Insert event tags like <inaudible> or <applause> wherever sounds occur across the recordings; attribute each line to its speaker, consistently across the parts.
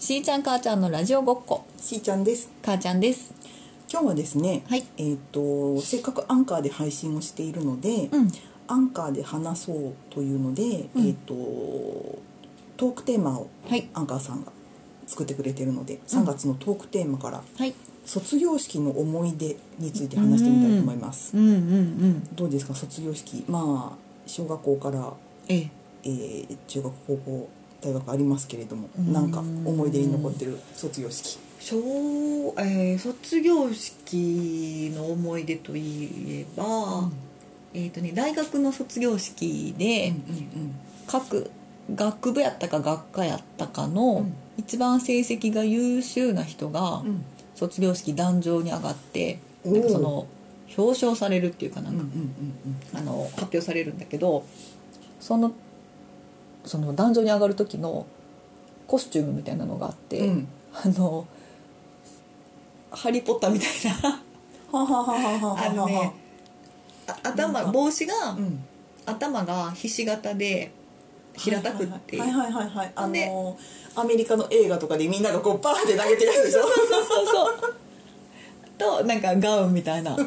Speaker 1: しーちゃん母ちゃんのラジオごっこ
Speaker 2: しーちゃんです
Speaker 1: 母ちゃんです
Speaker 2: 今日はですね、
Speaker 1: はい
Speaker 2: えー、とせっかくアンカーで配信をしているので、
Speaker 1: うん
Speaker 2: アンカーで話そうというので、
Speaker 1: うん
Speaker 2: えー、とトークテーマを
Speaker 1: はい
Speaker 2: アンカーさんが作ってくれてるので、
Speaker 1: うん
Speaker 2: 3月のトークテーマから
Speaker 1: はい
Speaker 2: 卒業式の思い出について話してみたいと思います、
Speaker 1: うんうんうん
Speaker 2: どうですか卒業式まあ小学校から、
Speaker 1: ええ
Speaker 2: えー中学高校大学ありますけれども、
Speaker 1: うん
Speaker 2: なんか思い出に残ってる卒業式
Speaker 1: 小、えー卒業式の思い出といえば、えっ、とね大学の卒業式で、各学部やったか学科やったかの、
Speaker 2: うん
Speaker 1: 一番成績が優秀な人が、
Speaker 2: うん
Speaker 1: 卒業式壇上に上がって
Speaker 2: お
Speaker 1: な
Speaker 2: ー
Speaker 1: んかその表彰されるっていうかなん
Speaker 2: うんうん
Speaker 1: か、
Speaker 2: うん
Speaker 1: あの発表されるんだけどそのその壇上に上がる時のコスチュームみたいなのがあって、
Speaker 2: うん
Speaker 1: あの「ハリー・ポッター」みたいな
Speaker 2: はあはあはあはあは
Speaker 1: あ
Speaker 2: あは
Speaker 1: の
Speaker 2: あ
Speaker 1: ねあ頭帽子が、
Speaker 2: うん
Speaker 1: 頭がひし形で平たくっていう
Speaker 2: はいはいはいはい
Speaker 1: ほ
Speaker 2: あ
Speaker 1: んで
Speaker 2: のアメリカの映画とかでみんながこうパーって投げてるやつでしょ
Speaker 1: そうそうそうとなんかガウンみたいなもう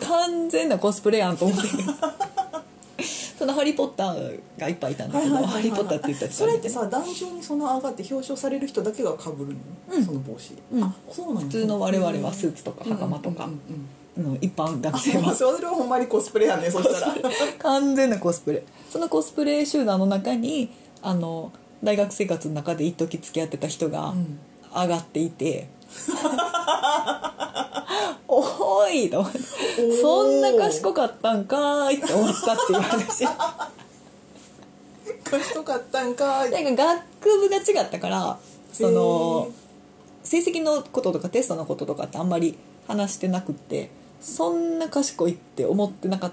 Speaker 1: 完全なコスプレやんと思ってその「ハリー・ポッター」がいっぱいいたんだけど「ハリー・ポッター」って言ったやつ
Speaker 2: そ
Speaker 1: がね
Speaker 2: れってさ壇上にその上がって表彰される人だけが被るの、
Speaker 1: うん
Speaker 2: その帽子、
Speaker 1: うん
Speaker 2: あそうなの
Speaker 1: 普通の我々はスーツとか袴とか
Speaker 2: うんうんうん
Speaker 1: <laughs>
Speaker 2: うん
Speaker 1: の一般学
Speaker 2: あ <laughs>
Speaker 1: 生は
Speaker 2: それはほんまにコスプレやねそしたら
Speaker 1: 完全なコスプレそのコスプレ集団の中にあの大学生活の中で一時付き合ってた人が
Speaker 2: ん
Speaker 1: 上がっていて、 <laughs> おーいと思って
Speaker 2: ー
Speaker 1: そんな賢かったんかーいって思ったっていう
Speaker 2: <laughs>
Speaker 1: 話な
Speaker 2: 賢かったんかい
Speaker 1: んか学部が違ったからその
Speaker 2: へー
Speaker 1: 成績のこととかテストのこととかってあんまり話してなくってそんな賢いって思ってなかっ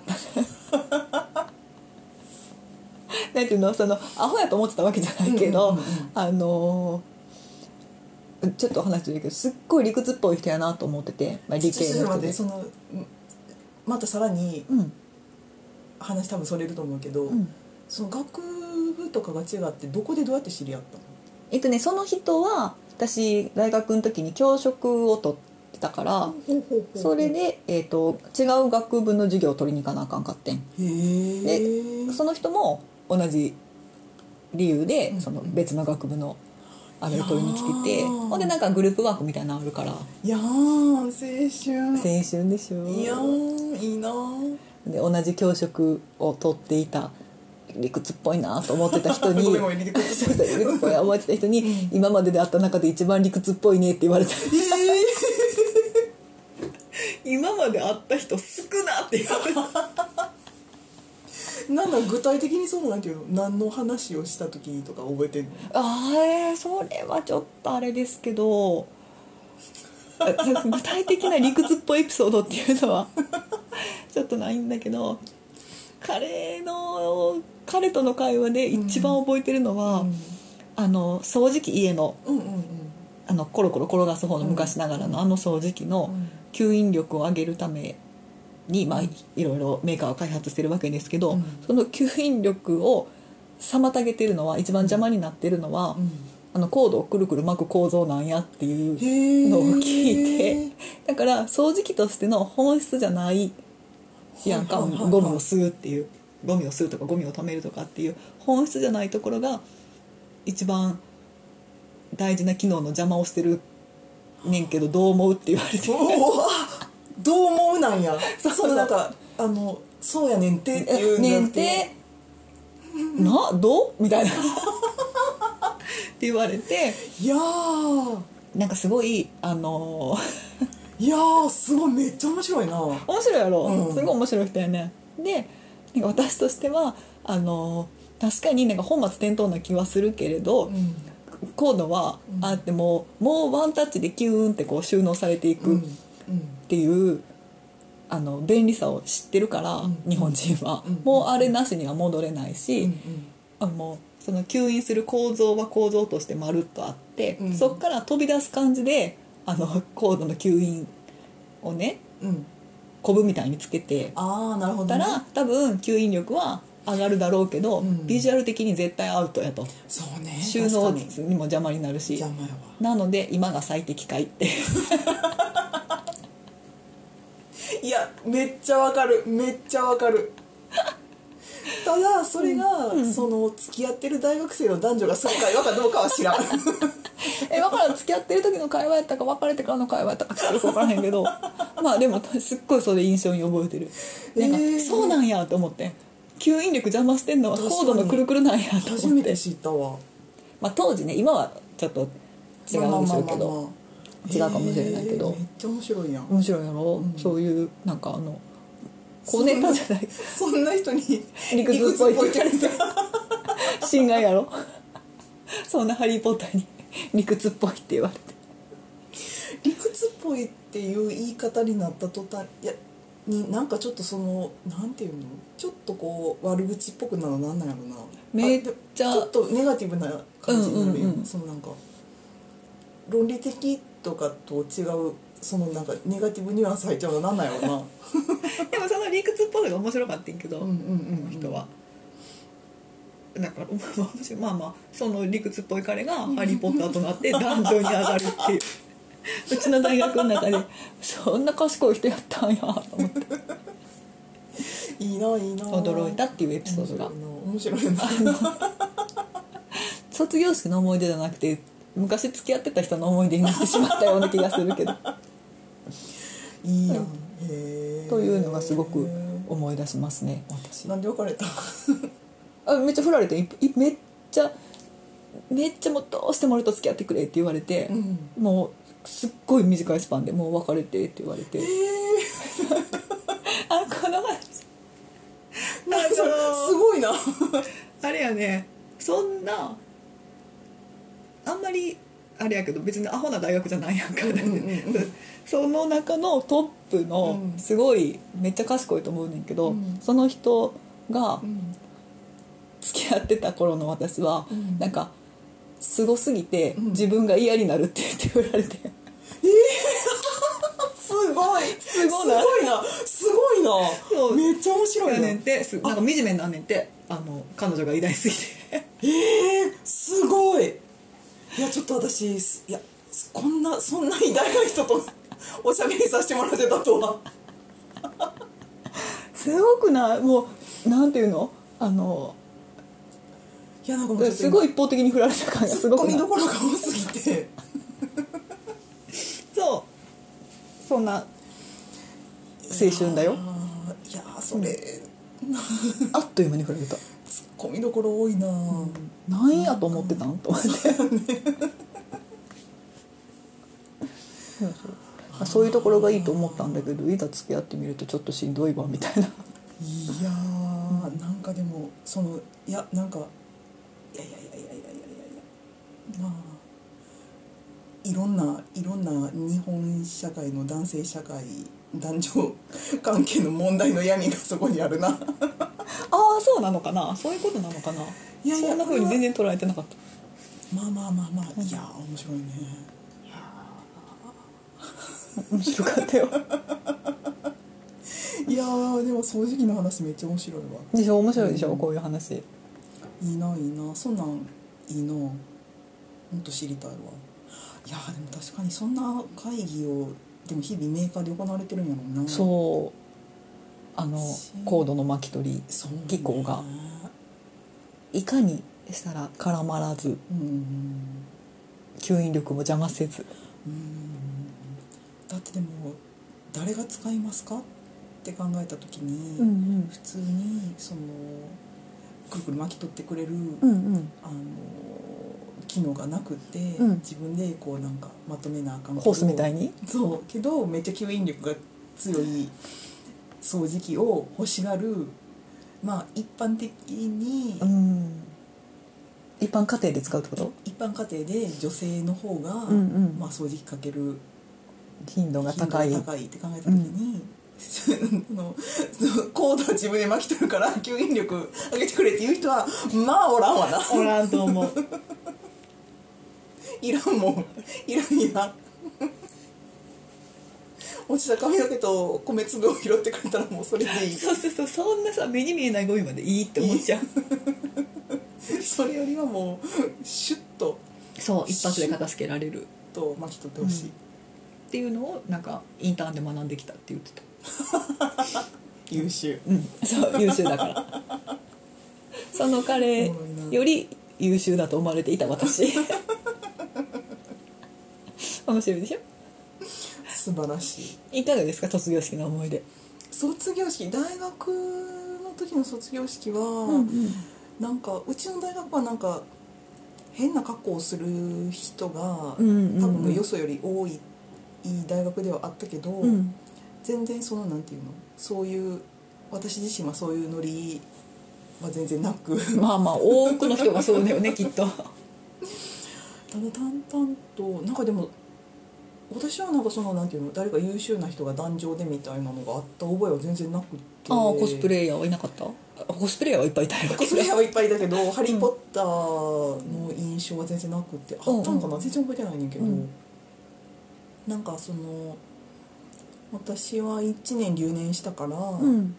Speaker 1: た <laughs> なんていうのそのアホやと思ってたわけじゃないけど、
Speaker 2: うんうんうんうん
Speaker 1: あのーちょっと話してるけどすっごい理屈っぽい人やなと思ってて、まあ、理
Speaker 2: ちょ
Speaker 1: 系
Speaker 2: ちょっと
Speaker 1: の人
Speaker 2: 待って
Speaker 1: で
Speaker 2: そのうんまたさらに
Speaker 1: うん
Speaker 2: 話多分それると思うけど、
Speaker 1: うん
Speaker 2: その学部とかが違ってどこでどうやって知り合ったの
Speaker 1: えっとねその人は私大学の時に教職を取ってたから
Speaker 2: ほうほうほう
Speaker 1: それで、えっと違う学部の授業を取りに行かなあかんかってん
Speaker 2: へえ
Speaker 1: でその人も同じ理由で、
Speaker 2: うん
Speaker 1: その別の学部のあれを取りに来て
Speaker 2: い
Speaker 1: て
Speaker 2: やー
Speaker 1: ほんでなんかグループワークみたいなのあるから青
Speaker 2: いやー青春
Speaker 1: 春でしょ
Speaker 2: いやーいいなー
Speaker 1: で同じ教職を取っていた理屈っぽいなと思ってた人 <laughs> に
Speaker 2: ごめんごめん理屈
Speaker 1: そうそう理屈っぽい思ってた人に、今までで会った中で一番理屈っぽいねって言われた、 <laughs> 今まで会った人少なって言われた
Speaker 2: なんだ具体的にそのなんていうの何の話をした時とか覚えてんの
Speaker 1: あーえーそれはちょっとあれですけどあ具体的な理屈っぽいエピソードっていうのは <laughs> ちょっとないんだけど彼の彼との会話で一番覚えてるのは、あの掃除機家の
Speaker 2: うんうんうん
Speaker 1: あのコロコロ転がす方の昔ながらのあの掃除機の
Speaker 2: うん
Speaker 1: 吸引力を上げるために、まあ、いいろいろメーカーは開発してるわけですけど、
Speaker 2: うん
Speaker 1: その吸引力を妨げてるのは一番邪魔になってるのは、
Speaker 2: うん
Speaker 1: あのコードをくるくる巻く構造なんやっていう
Speaker 2: へえ
Speaker 1: のを聞いてだから掃除機としての本質じゃないやんか
Speaker 2: はいはいはい
Speaker 1: ゴミを吸うっていうゴミを吸うとかゴミを貯めるとかっていう本質じゃないところが一番大事な機能の邪魔をしてるねんけどどう思うって言われて
Speaker 2: おおあどう思うなんや
Speaker 1: そう
Speaker 2: そのなんかあのそうやねんてってい
Speaker 1: 「
Speaker 2: う
Speaker 1: ね
Speaker 2: の
Speaker 1: んてなどう?」みたいな <laughs> って言われて
Speaker 2: いやー
Speaker 1: なんかすごいあのー
Speaker 2: いやーすごいめっちゃ面白いな
Speaker 1: 面白いやろ、
Speaker 2: うん
Speaker 1: すごい面白い人やねでなんか私としてはあの確かになんか本末転倒な気はするけれど、
Speaker 2: うん
Speaker 1: コードは
Speaker 2: うん
Speaker 1: あってもうもうワンタッチでキューンってこう収納されていく
Speaker 2: う
Speaker 1: っ
Speaker 2: んうん
Speaker 1: ていう、あの便利さを知ってるから、
Speaker 2: ん
Speaker 1: 日本人は、
Speaker 2: うん
Speaker 1: もうあれなしには戻れないし、
Speaker 2: うん
Speaker 1: あもうその吸引する構造は構造としてまるっとあって、
Speaker 2: うん
Speaker 1: そっから飛び出す感じであのコードの吸引をね
Speaker 2: うんうん
Speaker 1: コブみたいにつけて
Speaker 2: ああなるほど
Speaker 1: た
Speaker 2: ね
Speaker 1: ら多分吸引力は上がるだろうけど、
Speaker 2: うん
Speaker 1: ビジュアル的に絶対アウトやと
Speaker 2: そうね
Speaker 1: 収納
Speaker 2: 確
Speaker 1: に
Speaker 2: かに
Speaker 1: も邪魔になるし
Speaker 2: 邪魔やわ
Speaker 1: なので今が最適解って <laughs>
Speaker 2: いやめっちゃわかるめっちゃわか <laughs> るただそれが、その付き合ってる大学生の男女がそう会話かどうかは知らん
Speaker 1: え分からん付き合ってる時の会話やったか別れてからの会話やったかちょっとよく分からへんけ
Speaker 2: <laughs>
Speaker 1: どまあでもすっごいそれ印象に覚えてるなんか、
Speaker 2: えー
Speaker 1: そうなんやと思って吸引力邪魔してんのは
Speaker 2: 確か
Speaker 1: コ
Speaker 2: に
Speaker 1: ードのくるくるなんやと
Speaker 2: <laughs> 初
Speaker 1: 思っ
Speaker 2: め
Speaker 1: て
Speaker 2: て、知ったわ
Speaker 1: まあ、当時ね今はちょっと違うんでしょうけど違うかもしれないけど
Speaker 2: えーめっちゃ面白いやん
Speaker 1: 面白いやろ、そういうなんかあの小ネタじゃない
Speaker 2: <laughs> そんな人に
Speaker 1: 理屈っぽいって言わ <laughs> れた侵害やろそんな「ハリー・ポッター」に <laughs> 理屈っぽいって言われて
Speaker 2: 理屈っぽいっていう言い方になった途端いやになんかちょっとそのなんていうのちょっとこう悪口っぽくなのなんなんやろな
Speaker 1: めっちゃ
Speaker 2: あでもちょっとネガティブな感じになるやん,、
Speaker 1: うんうんうん
Speaker 2: そのなんか論理的とかと違うそのなんかネガティブニュアンス入っちゃうのなんなんやろな
Speaker 1: でもその理屈っぽいのが面白かったんやけど、
Speaker 2: うんうんうん、うん、
Speaker 1: 人はだからまあもしまあまあその理屈っぽい彼が「ハリー・ポッター」となって壇上に上がるっていう <laughs> うちの大学の中でそんな賢い人やったんやと思って
Speaker 2: いいないいな
Speaker 1: 驚いたっていうエピソードが
Speaker 2: 面白いな面白いな
Speaker 1: 卒業式の思い出じゃなくて昔付き合ってた人の思い出になってしまったような気がするけど
Speaker 2: いいやん、
Speaker 1: うん
Speaker 2: へえ
Speaker 1: というのがすごく思い出しますね私
Speaker 2: なんで別れた
Speaker 1: あめっちゃ振られていいめっちゃめっちゃもうどうしても俺と付き合ってくれって言われて、
Speaker 2: ん
Speaker 1: もうすっごい短いスパンでもう別れてって言われて、あこの話
Speaker 2: なんか
Speaker 1: <laughs>
Speaker 2: それ <laughs> すごいな
Speaker 1: あれやねそんなあんまりあれやけど別にアホな大学じゃないやんか、 <laughs> その中のトップの
Speaker 2: うん
Speaker 1: すごいめっちゃ賢いと思うねんけど、
Speaker 2: うん
Speaker 1: その人が
Speaker 2: うん
Speaker 1: 付き合ってた頃の私は、
Speaker 2: うん
Speaker 1: なんかすごすぎて
Speaker 2: うん
Speaker 1: 自分が嫌になるって言って振られて、
Speaker 2: すごい
Speaker 1: す
Speaker 2: す
Speaker 1: ご
Speaker 2: ご
Speaker 1: い
Speaker 2: い
Speaker 1: な
Speaker 2: なすごい
Speaker 1: そう
Speaker 2: なめっちゃ面白いな
Speaker 1: やねんてすなんか惨めになんねんてあの彼女が偉大すぎて
Speaker 2: えー、すごいいやちょっと私すいやすこんなそんな偉大な人とおしゃべりさせてもらってたとは
Speaker 1: <laughs> すごくないもうなんていうのあの
Speaker 2: いやなんかもうちょっと
Speaker 1: すごい一方的に振られた感が
Speaker 2: ツ
Speaker 1: す
Speaker 2: ッ
Speaker 1: ご
Speaker 2: コ
Speaker 1: くな <laughs>
Speaker 2: ミ
Speaker 1: い
Speaker 2: どころが多すぎて
Speaker 1: そうそんな青春だよ
Speaker 2: あーいやーそれ
Speaker 1: あっという間に振られた
Speaker 2: ツッコミどころ多いな、
Speaker 1: なんやと思ってた <laughs> んと思ってそうそうまあそういうところがいいと思ったんだけどいざ付き合ってみるとちょっとしんどいわみたいない
Speaker 2: やーなんかでもそのいやなんかいやいやいやいやいやいやいやまあいろんないろんな日本社会の男性社会男女関係の問題の闇がそこにあるな
Speaker 1: ああそうなのかなそういうことなのかない
Speaker 2: やいや
Speaker 1: そんなふうに全然捉えてなかった
Speaker 2: まあまあまあまあいやー面白いね
Speaker 1: 面白かったよ
Speaker 2: いやーでも正直な話めっちゃ面白いわ
Speaker 1: でしょ面白いでしょ、こういう話
Speaker 2: いいないいなそんなんいいなもっと知りたいわいやーでも確かにそんな会議をでも日々メーカーで行われてるんやろうな
Speaker 1: そうあのコードの巻き取り
Speaker 2: そうね
Speaker 1: 技巧がいかにしたら絡まらず
Speaker 2: うん
Speaker 1: 吸引力も邪魔せず
Speaker 2: うんだってでも誰が使いますかって考えた時に、
Speaker 1: うん
Speaker 2: 普通にそのくるくる巻き取ってくれる、
Speaker 1: うんうん
Speaker 2: あの機能がなくて、
Speaker 1: うん
Speaker 2: 自分でこうなんかまとめなあかんけど
Speaker 1: ホースみたいに
Speaker 2: そうけどめっちゃ吸引力が強い掃除機を欲しがるまあ一般的に、
Speaker 1: うん一般家庭で使うってこと
Speaker 2: 一般家庭で女性の方が、
Speaker 1: うんうん
Speaker 2: まあ、掃除機かける
Speaker 1: 頻度が高い
Speaker 2: 頻度が高いって考えた時に、 <laughs> あのそのコードは自分で巻き取るから吸引力上げてくれっていう人はまあおらんわな
Speaker 1: おらんと思う <laughs>
Speaker 2: いらんもんいらんいらん落ちた髪の毛と米粒を拾ってくれたらもうそれでいい
Speaker 1: <laughs> そうそうそうそんなさ目に見えないゴミまでいいって思っちゃう
Speaker 2: <laughs> それよりはもうシュッと
Speaker 1: そう一発で片付けられるっ
Speaker 2: と巻き取ってほしい、
Speaker 1: ていうのをなんかインターンで学んできたって言ってた
Speaker 2: 優秀
Speaker 1: うんそう優秀だからその彼
Speaker 2: おもろいな
Speaker 1: より優秀だと思われていた私 <laughs> 面白いでしょ
Speaker 2: 素晴らしい
Speaker 1: いかがですか卒業式の思い出
Speaker 2: 卒業式大学の時の卒業式は、
Speaker 1: うん
Speaker 2: なんかうちの大学はなんか変な格好をする人が、
Speaker 1: うんうんうん
Speaker 2: 多分よそより多いいい大学ではあったけど、
Speaker 1: うん
Speaker 2: 全然そのなんていうのそういう私自身はそういうノリは全然なく
Speaker 1: まあまあ多くの人がそうだ <laughs> よねきっと
Speaker 2: ただ淡々となんかでも私はなんかそのなんていうの誰か優秀な人が壇上でみたいなのがあった覚えは全然なくて
Speaker 1: ああコスプレイヤーはいなかったあコスプレイヤーはいっぱいいたよ
Speaker 2: コスプレはいっぱいだけど「ハリー・ポッター」の印象は全然なくってあったのか
Speaker 1: うんう
Speaker 2: なん全然覚えてないねんけど、
Speaker 1: うん
Speaker 2: なんかその私は1年留年したから、
Speaker 1: うん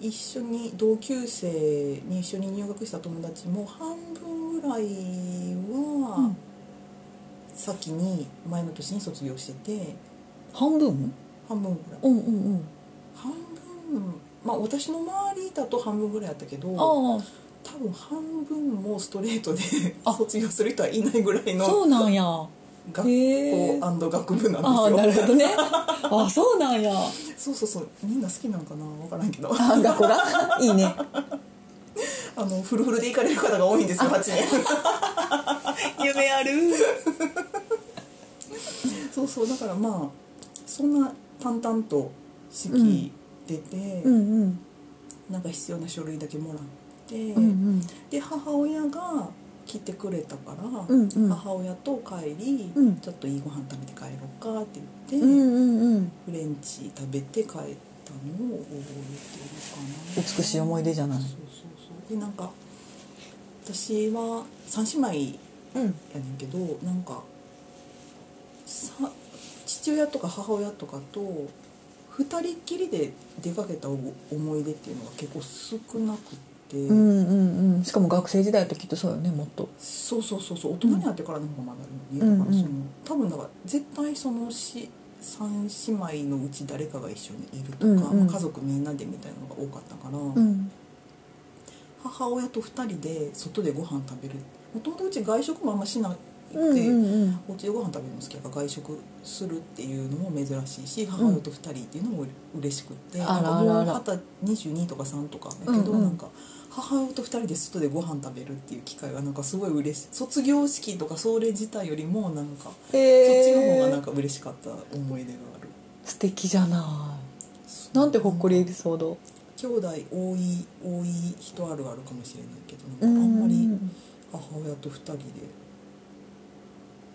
Speaker 2: 一緒に同級生に一緒に入学した友達も半分ぐらい
Speaker 1: う
Speaker 2: は
Speaker 1: ん
Speaker 2: 先に前の年に卒業してて
Speaker 1: 半分
Speaker 2: 半分ぐらい
Speaker 1: うんうん
Speaker 2: 半分まあ私の周りだと半分ぐらいやったけど
Speaker 1: うんああ
Speaker 2: 多分半分もストレートで
Speaker 1: あ
Speaker 2: 卒業する人はいないぐらい
Speaker 1: そ
Speaker 2: の
Speaker 1: うなんや
Speaker 2: 学
Speaker 1: へえ
Speaker 2: 校学部
Speaker 1: ああ
Speaker 2: なん
Speaker 1: な
Speaker 2: で
Speaker 1: る
Speaker 2: す
Speaker 1: ほ
Speaker 2: よ
Speaker 1: <laughs> どねああそうなんや
Speaker 2: そうそうそうみんな好きなんかな分からんけど
Speaker 1: あ学校がいいね
Speaker 2: あのフルフルで行かれる方が多いんですよ8年
Speaker 1: <laughs> 夢ある
Speaker 2: <laughs> そうそうだからまあそんな淡々と式出て、
Speaker 1: うんうん
Speaker 2: なんか必要な書類だけもらって、
Speaker 1: うん
Speaker 2: で母親が来てくれたから、
Speaker 1: うんうん
Speaker 2: 母親と帰り、
Speaker 1: うん
Speaker 2: ちょっといいご飯食べて帰ろうかって言っ
Speaker 1: う
Speaker 2: て、
Speaker 1: んうんうん
Speaker 2: フレンチ食べて帰ったのを覚えてるか
Speaker 1: 美
Speaker 2: な
Speaker 1: しい思い出じゃない
Speaker 2: そうそうそうでなんか私は三姉妹
Speaker 1: うん
Speaker 2: やねんけどなんかさ父親とか母親とかと二人っきりで出かけたお思い出っていうのが結構少なくって、
Speaker 1: うんうんうんしかも学生時代ってきっとそうよねもっと
Speaker 2: そうそうそうそう大人になってからの方がまだいいよね、
Speaker 1: うん
Speaker 2: だからその
Speaker 1: う
Speaker 2: 多分だから絶対そのし三姉妹のうち誰かが一緒にいるとか、
Speaker 1: うんうん
Speaker 2: まあ家族みんなでみたいなのが多かったから、
Speaker 1: ん
Speaker 2: 母親と二人で外でご飯食べるもともとうち外食もあんましなくて、
Speaker 1: うんうんうん
Speaker 2: お家でご飯食べるの好きやから外食するっていうのも珍しいし母親と2人っていうのも嬉しくって、
Speaker 1: あら
Speaker 2: なんか
Speaker 1: あら
Speaker 2: も
Speaker 1: あ
Speaker 2: う
Speaker 1: ら
Speaker 2: 二十22とか3とかだけど、
Speaker 1: うんうん
Speaker 2: なんか母親と2人で外でご飯食べるっていう機会がなんかすごい嬉しい卒業式とかそれ自体よりもなんか、そっちの方がなんか嬉しかった思い出がある
Speaker 1: 素敵じゃないなんてほっこりエピソード
Speaker 2: 兄弟多い多い人あるあるかもしれないけどなんかあんまり。母親と2人で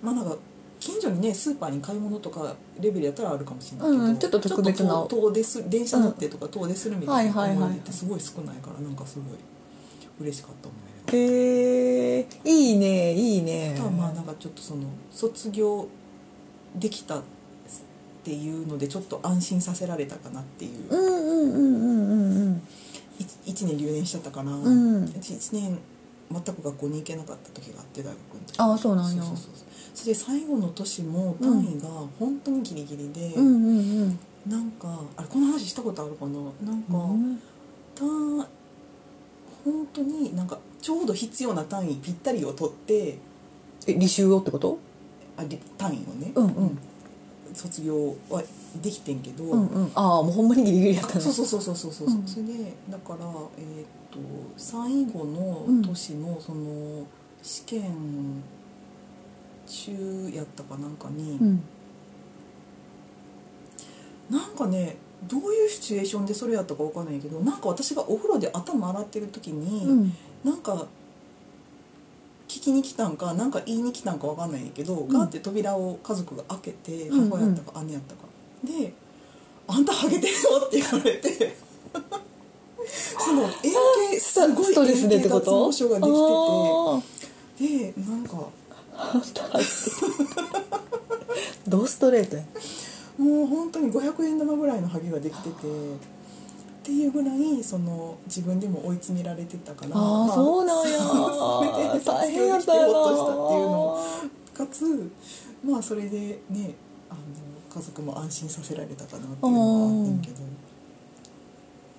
Speaker 2: まあなんか近所にねスーパーに買い物とかレベルやったらあるかもしれないけど、
Speaker 1: うんちょっと特別な
Speaker 2: ちょっと遠出す電車乗ってとか遠出するみたいな
Speaker 1: はいはいはい
Speaker 2: 思い出ってすごい少ないからなんかすごい嬉しかった思い出
Speaker 1: へえいいねいいね
Speaker 2: あとはまあなんかちょっとその卒業できたっていうのでちょっと安心させられたかなっていううん
Speaker 1: うんうんうんうんうん
Speaker 2: 1年留年しちゃったから、
Speaker 1: ん
Speaker 2: 私1年全く学校に行けなかった時があって大学の時
Speaker 1: ああそうなん
Speaker 2: そう
Speaker 1: や
Speaker 2: そうそうそれで最後の年も単位が本当にギリギリで、
Speaker 1: うんうんうん
Speaker 2: なんかあれこの話したことあるかななんか、
Speaker 1: うん
Speaker 2: た本当になんかちょうど必要な単位ぴったりを取って
Speaker 1: え履修をってこと
Speaker 2: あり単位をね、
Speaker 1: うんうん
Speaker 2: 卒業はできてんけど、
Speaker 1: うんうんああもうほんまにギリギリやった
Speaker 2: あ
Speaker 1: の
Speaker 2: そうそうそうそうそうそう、
Speaker 1: うん
Speaker 2: それでだから、えーっと最後の年のその試験中やったかなんかに、
Speaker 1: うん
Speaker 2: なんかねどういうシチュエーションでそれやったかわかんないけどなんか私がお風呂で頭洗ってる時に、
Speaker 1: うん
Speaker 2: なんか聞きに来たんかなんか言いに来たんかわかんないけど、
Speaker 1: ん
Speaker 2: ガーって扉を家族が開けて
Speaker 1: うんうん
Speaker 2: 母やったか姉やったか、で「あんたハゲてるよ」って言われて <laughs> その円形す
Speaker 1: <laughs>
Speaker 2: ご
Speaker 1: スト
Speaker 2: い
Speaker 1: レ
Speaker 2: 円
Speaker 1: スでっ
Speaker 2: 形
Speaker 1: て
Speaker 2: が
Speaker 1: こ
Speaker 2: つ
Speaker 1: と
Speaker 2: ぼ症がで
Speaker 1: き
Speaker 2: きててでなんか
Speaker 1: ててどうストレートや
Speaker 2: もう本当に500円玉ぐらいのハゲができててっていうぐらいその自分でも追い詰められてたから
Speaker 1: ああ
Speaker 2: ま
Speaker 1: そうなん <laughs> や
Speaker 2: そうそれで
Speaker 1: 大変やった
Speaker 2: 卒業で
Speaker 1: よ
Speaker 2: きてほ
Speaker 1: な
Speaker 2: っとしたっていうのをかつまあそれでねあの家族も安心させられたかなっていうのがあってんけど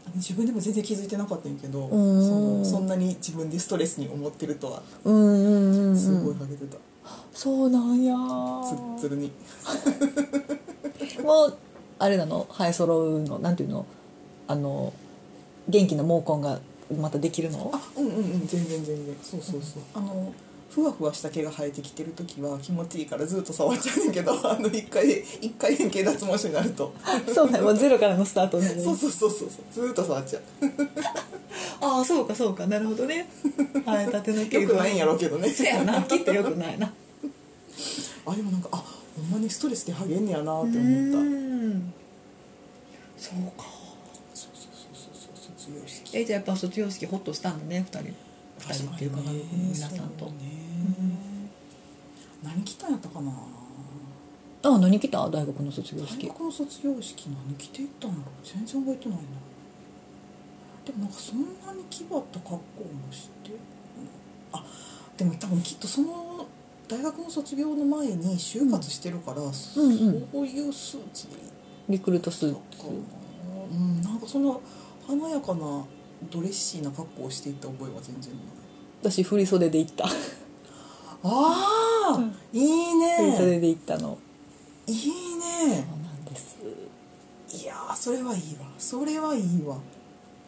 Speaker 2: あの自分でも全然気づいてなかったんやけどそ
Speaker 1: うん
Speaker 2: のそんなに自分でストレスに思ってるとは
Speaker 1: うんうんうん、うん、
Speaker 2: すごいハゲてた
Speaker 1: そうなんや
Speaker 2: ツルツルに
Speaker 1: もうあれなの生え揃うのなんていうのあの元気な毛根がまたできるの
Speaker 2: あうんうんうん全然全然そうそうそうあのふわふわした毛が生えてきてる時は気持ちいいからずっと触っちゃうねんだけど <laughs> あの一回一回変形脱毛症になると
Speaker 1: そうだよもうゼロからのスタートね
Speaker 2: そうそうそうそうそうずっと触っちゃう
Speaker 1: ああそうかそうかなるほどね <laughs> 生えたての毛
Speaker 2: よくないんやろうけどね
Speaker 1: せやなきっとよくないな
Speaker 2: <laughs> あでもなんかあほんまにストレスで励んねやなって
Speaker 1: う
Speaker 2: 思った
Speaker 1: んそうか
Speaker 2: そうそうそうそうそう卒業式
Speaker 1: えじゃあやっぱ卒業式ホッとしたんだね2人2人っていうか
Speaker 2: ね
Speaker 1: 皆さん
Speaker 2: そ
Speaker 1: と
Speaker 2: うね、何着たんやったかな
Speaker 1: ああ何来た大学の卒業
Speaker 2: 大
Speaker 1: 式
Speaker 2: 学の卒業式何着ていったんやろ全然覚えてないなでもなんかそんなに気張った格好もしてあでも多分きっとその大学の卒業の前に就活してるから、そ
Speaker 1: うんうん
Speaker 2: そういうスーツで行っ
Speaker 1: リクルートスーツ
Speaker 2: たかな、うん、なんかその華やかなドレッシーな格好をしていった覚えは全然ない
Speaker 1: 私振り袖で行った
Speaker 2: ああ、
Speaker 1: うん
Speaker 2: いい
Speaker 1: 振り
Speaker 2: ね
Speaker 1: 袖で行ったの
Speaker 2: いいね
Speaker 1: そうなんです
Speaker 2: いやーそれはいいわそれはいいわ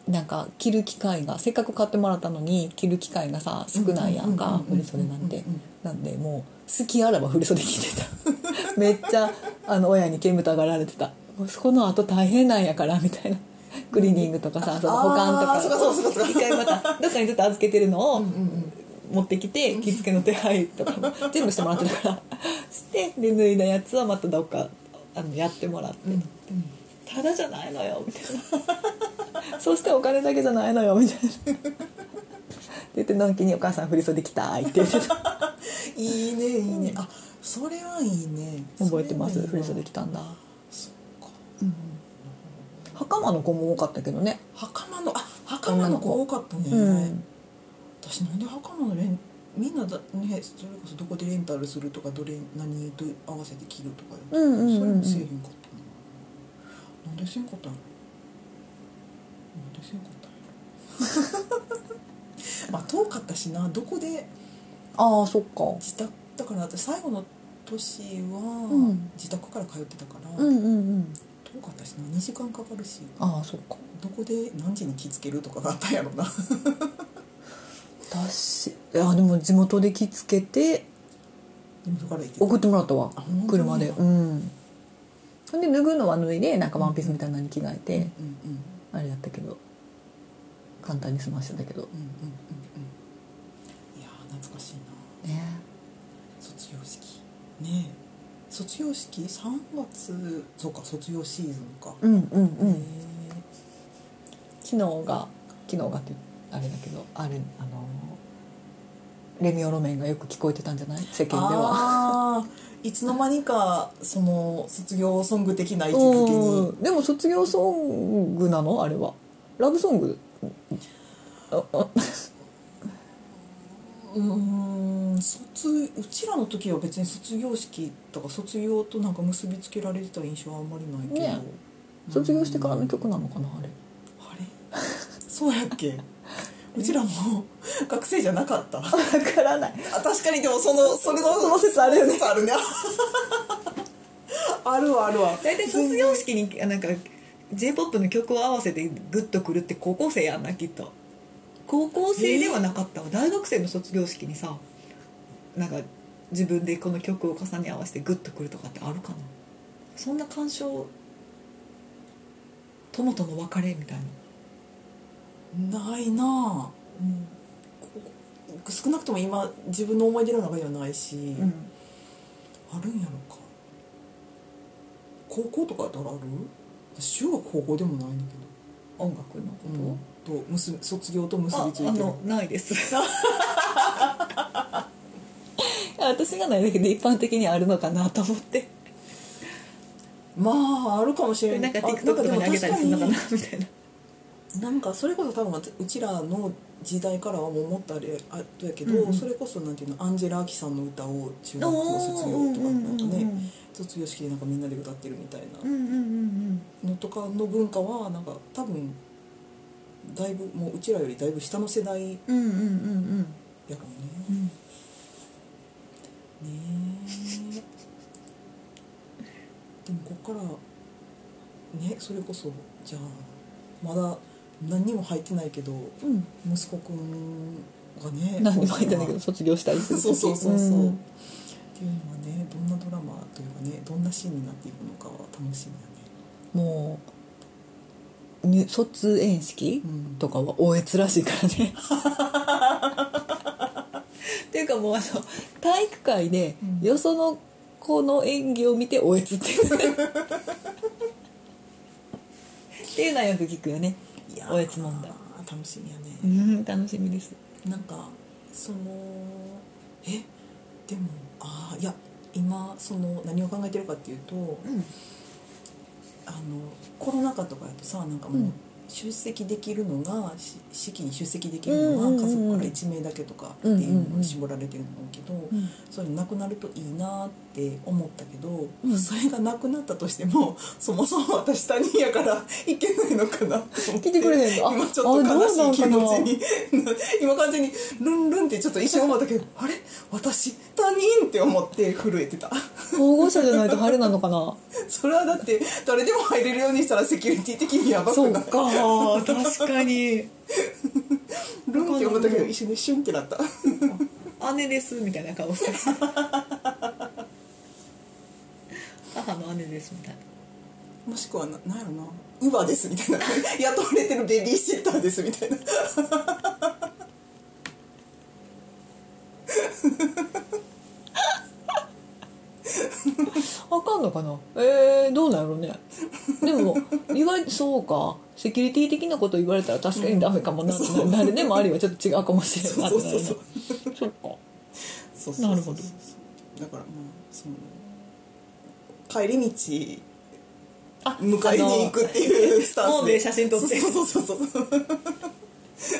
Speaker 1: なんか着る機会がせっかく買ってもらったのに着る機会がさ少ないやんか
Speaker 2: うんうんうんうんう
Speaker 1: 振
Speaker 2: ん
Speaker 1: り袖なんて
Speaker 2: うんうんうん
Speaker 1: なんでもう好きあらば振り袖着てた <laughs> めっちゃあの親に煙たがられてた「息子の後大変なんやから」みたいなクリーニングとかさその保管と
Speaker 2: あ
Speaker 1: か
Speaker 2: ーそうかそうかそうか
Speaker 1: 一回またどっかにずっと預けてるのを
Speaker 2: うんうん
Speaker 1: 持ってきて着付けの手配とか <laughs> も全部してもらってたからしてで脱いだやつはまたどっかあのやってもらって。
Speaker 2: うんうん
Speaker 1: ただじゃないのよみたいな <laughs> そしてお金だけじゃないのよみたいなって言ってのんきに「お母さん振り袖着たい」って言って <laughs> た
Speaker 2: いいねいいねあそれはいいね
Speaker 1: 覚えてます
Speaker 2: そ
Speaker 1: 振
Speaker 2: れ
Speaker 1: り
Speaker 2: は
Speaker 1: 袖
Speaker 2: いいわ
Speaker 1: 着たんだ
Speaker 2: そっか
Speaker 1: 袴の子も多かったけどね
Speaker 2: 袴のあ袴の子多かったね、
Speaker 1: うん
Speaker 2: 私なんで袴のレンみんなだねそれこそどこでレンタルするとかどれ何と合わせて着るとかやったけど
Speaker 1: うんうんうんうん
Speaker 2: それもせえへんかったななんでせんかったんやろなんでせんかったん
Speaker 1: <laughs>
Speaker 2: やろまあ遠かったしなどこで
Speaker 1: ああそっか
Speaker 2: 自宅だから私最後の年
Speaker 1: う
Speaker 2: は
Speaker 1: ん
Speaker 2: 自宅から通ってたから、
Speaker 1: うんうんうん
Speaker 2: 遠かったしな2時間かかるし
Speaker 1: ああそっか
Speaker 2: どこで何時に着付けるとかがあったんやろ <laughs> な
Speaker 1: 私いやでも地元で着付けて
Speaker 2: 今から行ってた
Speaker 1: 送ってもらったわ
Speaker 2: あ本当に
Speaker 1: 車でうんほんで脱ぐのは脱いでなんかワンピースみたいなのに着替えて、
Speaker 2: うんうんうん
Speaker 1: あれやったけど簡単に済ましてたけど
Speaker 2: うんうんうんうんいやー懐かしいな
Speaker 1: ね
Speaker 2: 卒業式ねえ卒業式3月そうか卒業シーズンか、
Speaker 1: うんうんうん、
Speaker 2: へ
Speaker 1: 昨日が昨日がってあれだけどあれあのレミオロメンがよく聞こえてたんじゃない世
Speaker 2: え
Speaker 1: 間では。
Speaker 2: あーいつの間にかその卒業ソング的な位置づけに
Speaker 1: うんでも卒業ソングなのあれはラブソングああ
Speaker 2: うーん卒うちらの時は別に卒業式とか卒業となんか結びつけられてた印象はあんまりないけ
Speaker 1: ね
Speaker 2: ど、
Speaker 1: 卒業してからの曲なのかな <laughs> あれ
Speaker 2: あれ <laughs> そうやっけうちらも学生じゃなかったあ
Speaker 1: 分からない
Speaker 2: 確かにでもそのそれの
Speaker 1: その説あるよね
Speaker 2: あるね <laughs> あるわあるわ
Speaker 1: 大体卒業式になんか j p o p の曲を合わせてグッとくるって高校生やんなきっと高校生ではなかったわ、大学生の卒業式にさなんか自分でこの曲を重ね合わせてグッとくるとかってあるかなそんな鑑賞友との別れみたいな、
Speaker 2: ないなあこ少なくとも今自分の思い出の中ではないし、
Speaker 1: うん
Speaker 2: あるんやろか高校とかやったらある私中学高校でもないんだ
Speaker 1: 音楽の
Speaker 2: けど、と結び卒業と結
Speaker 1: あ
Speaker 2: びつい
Speaker 1: あ
Speaker 2: てる
Speaker 1: のないです
Speaker 2: <laughs>
Speaker 1: 私がないだけで一般的にあるのかなと思って
Speaker 2: まああるかもし
Speaker 1: で
Speaker 2: れな
Speaker 1: ないんか
Speaker 2: あなんか
Speaker 1: TikTok とかに上げたりするのかなみたいな
Speaker 2: なんかそれこそ多分うちらの時代からはもうもっとあれあとやけど、
Speaker 1: うんうん
Speaker 2: それこそなんていうのアンジェラ・アキさんの歌を中学の卒業とかなんかね、卒業式でなんかみんなで歌ってるみたい
Speaker 1: うんうんうん
Speaker 2: なのとかの文化はなんか多分だいぶもううちらよりだいぶ下の世代や
Speaker 1: うんうんうんうん
Speaker 2: もん
Speaker 1: うん
Speaker 2: ね。ねえでもここからねそれこそじゃあまだ何にも入ってないけど
Speaker 1: うん
Speaker 2: 息子くんがね
Speaker 1: 何でも入ってないけど
Speaker 2: そ
Speaker 1: 卒業したり <laughs> する
Speaker 2: うそうそうそう、
Speaker 1: ん
Speaker 2: っていうのはねどんなドラマというかねどんなシーンになっていくのかは楽しみだね
Speaker 1: もう入卒園式
Speaker 2: うん
Speaker 1: とかはおえつらしいからね <laughs> っていうかもうあの体育会で
Speaker 2: うん
Speaker 1: よその子の演技を見ておえつっていうっていうのはよく聞くよね
Speaker 2: いやー
Speaker 1: おやつ問題
Speaker 2: 楽しみやね、
Speaker 1: うん楽しみです
Speaker 2: なんかそのえでもああいや今その何を考えてるかっていうと、
Speaker 1: うん
Speaker 2: あのコロナ禍とかだとさなんかもう、
Speaker 1: うん
Speaker 2: 出席できるのがし式に出席できるのが
Speaker 1: うんうんうん
Speaker 2: 家族
Speaker 1: うん
Speaker 2: から1名だけとかってい
Speaker 1: う
Speaker 2: う
Speaker 1: んうん
Speaker 2: の
Speaker 1: う
Speaker 2: に
Speaker 1: ん
Speaker 2: 絞られてるんだけど、
Speaker 1: うん
Speaker 2: それなくなるといいなって思ったけど、
Speaker 1: うん
Speaker 2: それがなくなったとしてもそもそも私他人やから行けないのかなって思って
Speaker 1: 来てくれへんのあ
Speaker 2: 今ちょっと
Speaker 1: あどうな
Speaker 2: 悲
Speaker 1: ん
Speaker 2: しい
Speaker 1: か
Speaker 2: 気
Speaker 1: な
Speaker 2: 持ちに <laughs> 今完全にルンルンってちょっと一瞬思ったけどあれ私他人って思って震えてた。 <laughs>
Speaker 1: 保護者じゃないと入れないのかな
Speaker 2: それはだって誰でも入れるようにしたらセキュリティ的にやば
Speaker 1: <laughs>
Speaker 2: く
Speaker 1: そう
Speaker 2: な
Speaker 1: か
Speaker 2: い
Speaker 1: 確かに
Speaker 2: <laughs> ルンって思ったけ
Speaker 1: そうか
Speaker 2: ど一瞬でシュンってなった
Speaker 1: 姉ですみたいな顔 <laughs> して母の姉ですみたい
Speaker 2: もしくはななんやろなウバですみたいな <laughs> 雇われてるベビーシッターですみたいな
Speaker 1: なあかんのかなえー、どうなんやろうねでも意外とそうかセキュリティ的なこと言われたら確かにダメかもなってなる、誰でもありはちょっと違うかもしれないなってなるな
Speaker 2: そう
Speaker 1: そっか
Speaker 2: <laughs> そう
Speaker 1: なるほど
Speaker 2: だからまあその帰り道
Speaker 1: あ
Speaker 2: 迎えに行くっていうスタンス
Speaker 1: もうね写真撮って
Speaker 2: そうそう <laughs> そうそう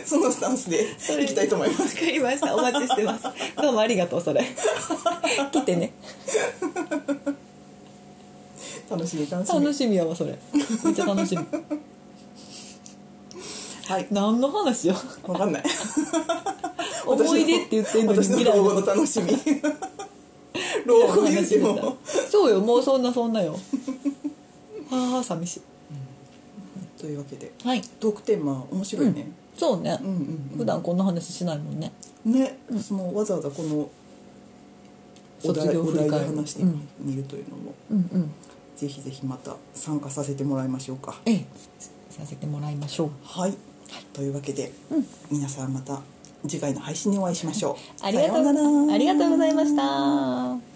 Speaker 2: そのスタンスで
Speaker 1: それ
Speaker 2: 行きたいと思います
Speaker 1: わかりましたお待ちしてますどうもありがとう <laughs> それ来てね
Speaker 2: 楽しみ楽しみ
Speaker 1: 楽しみやわそれめっちゃ楽し
Speaker 2: <laughs>
Speaker 1: み
Speaker 2: はい
Speaker 1: 何の話よ
Speaker 2: わかんない
Speaker 1: 思い出って言ってんのに
Speaker 2: 私の
Speaker 1: 未来
Speaker 2: 老
Speaker 1: の
Speaker 2: 後の楽しみ
Speaker 1: <laughs>
Speaker 2: 老後言うても
Speaker 1: そうよもうそんなそん
Speaker 2: <laughs>
Speaker 1: なよああ寂し
Speaker 2: というわけで
Speaker 1: いはい
Speaker 2: トークテーマ面白いね、
Speaker 1: そうね、
Speaker 2: うん、うんうん
Speaker 1: 普段こんな話しないもんね
Speaker 2: ね、そのわざわざこのお題
Speaker 1: 卒業
Speaker 2: お
Speaker 1: 振り
Speaker 2: 題で
Speaker 1: 返り
Speaker 2: 話して
Speaker 1: うん
Speaker 2: みるというのも、
Speaker 1: うんうん
Speaker 2: ぜひぜひまた参加させてもらいましょうか
Speaker 1: ええさせてもらいましょう
Speaker 2: はいというわけで、
Speaker 1: うん
Speaker 2: 皆さんまた次回の配信にお会いしましょう
Speaker 1: ありがと
Speaker 2: さよなら
Speaker 1: うありがとうございました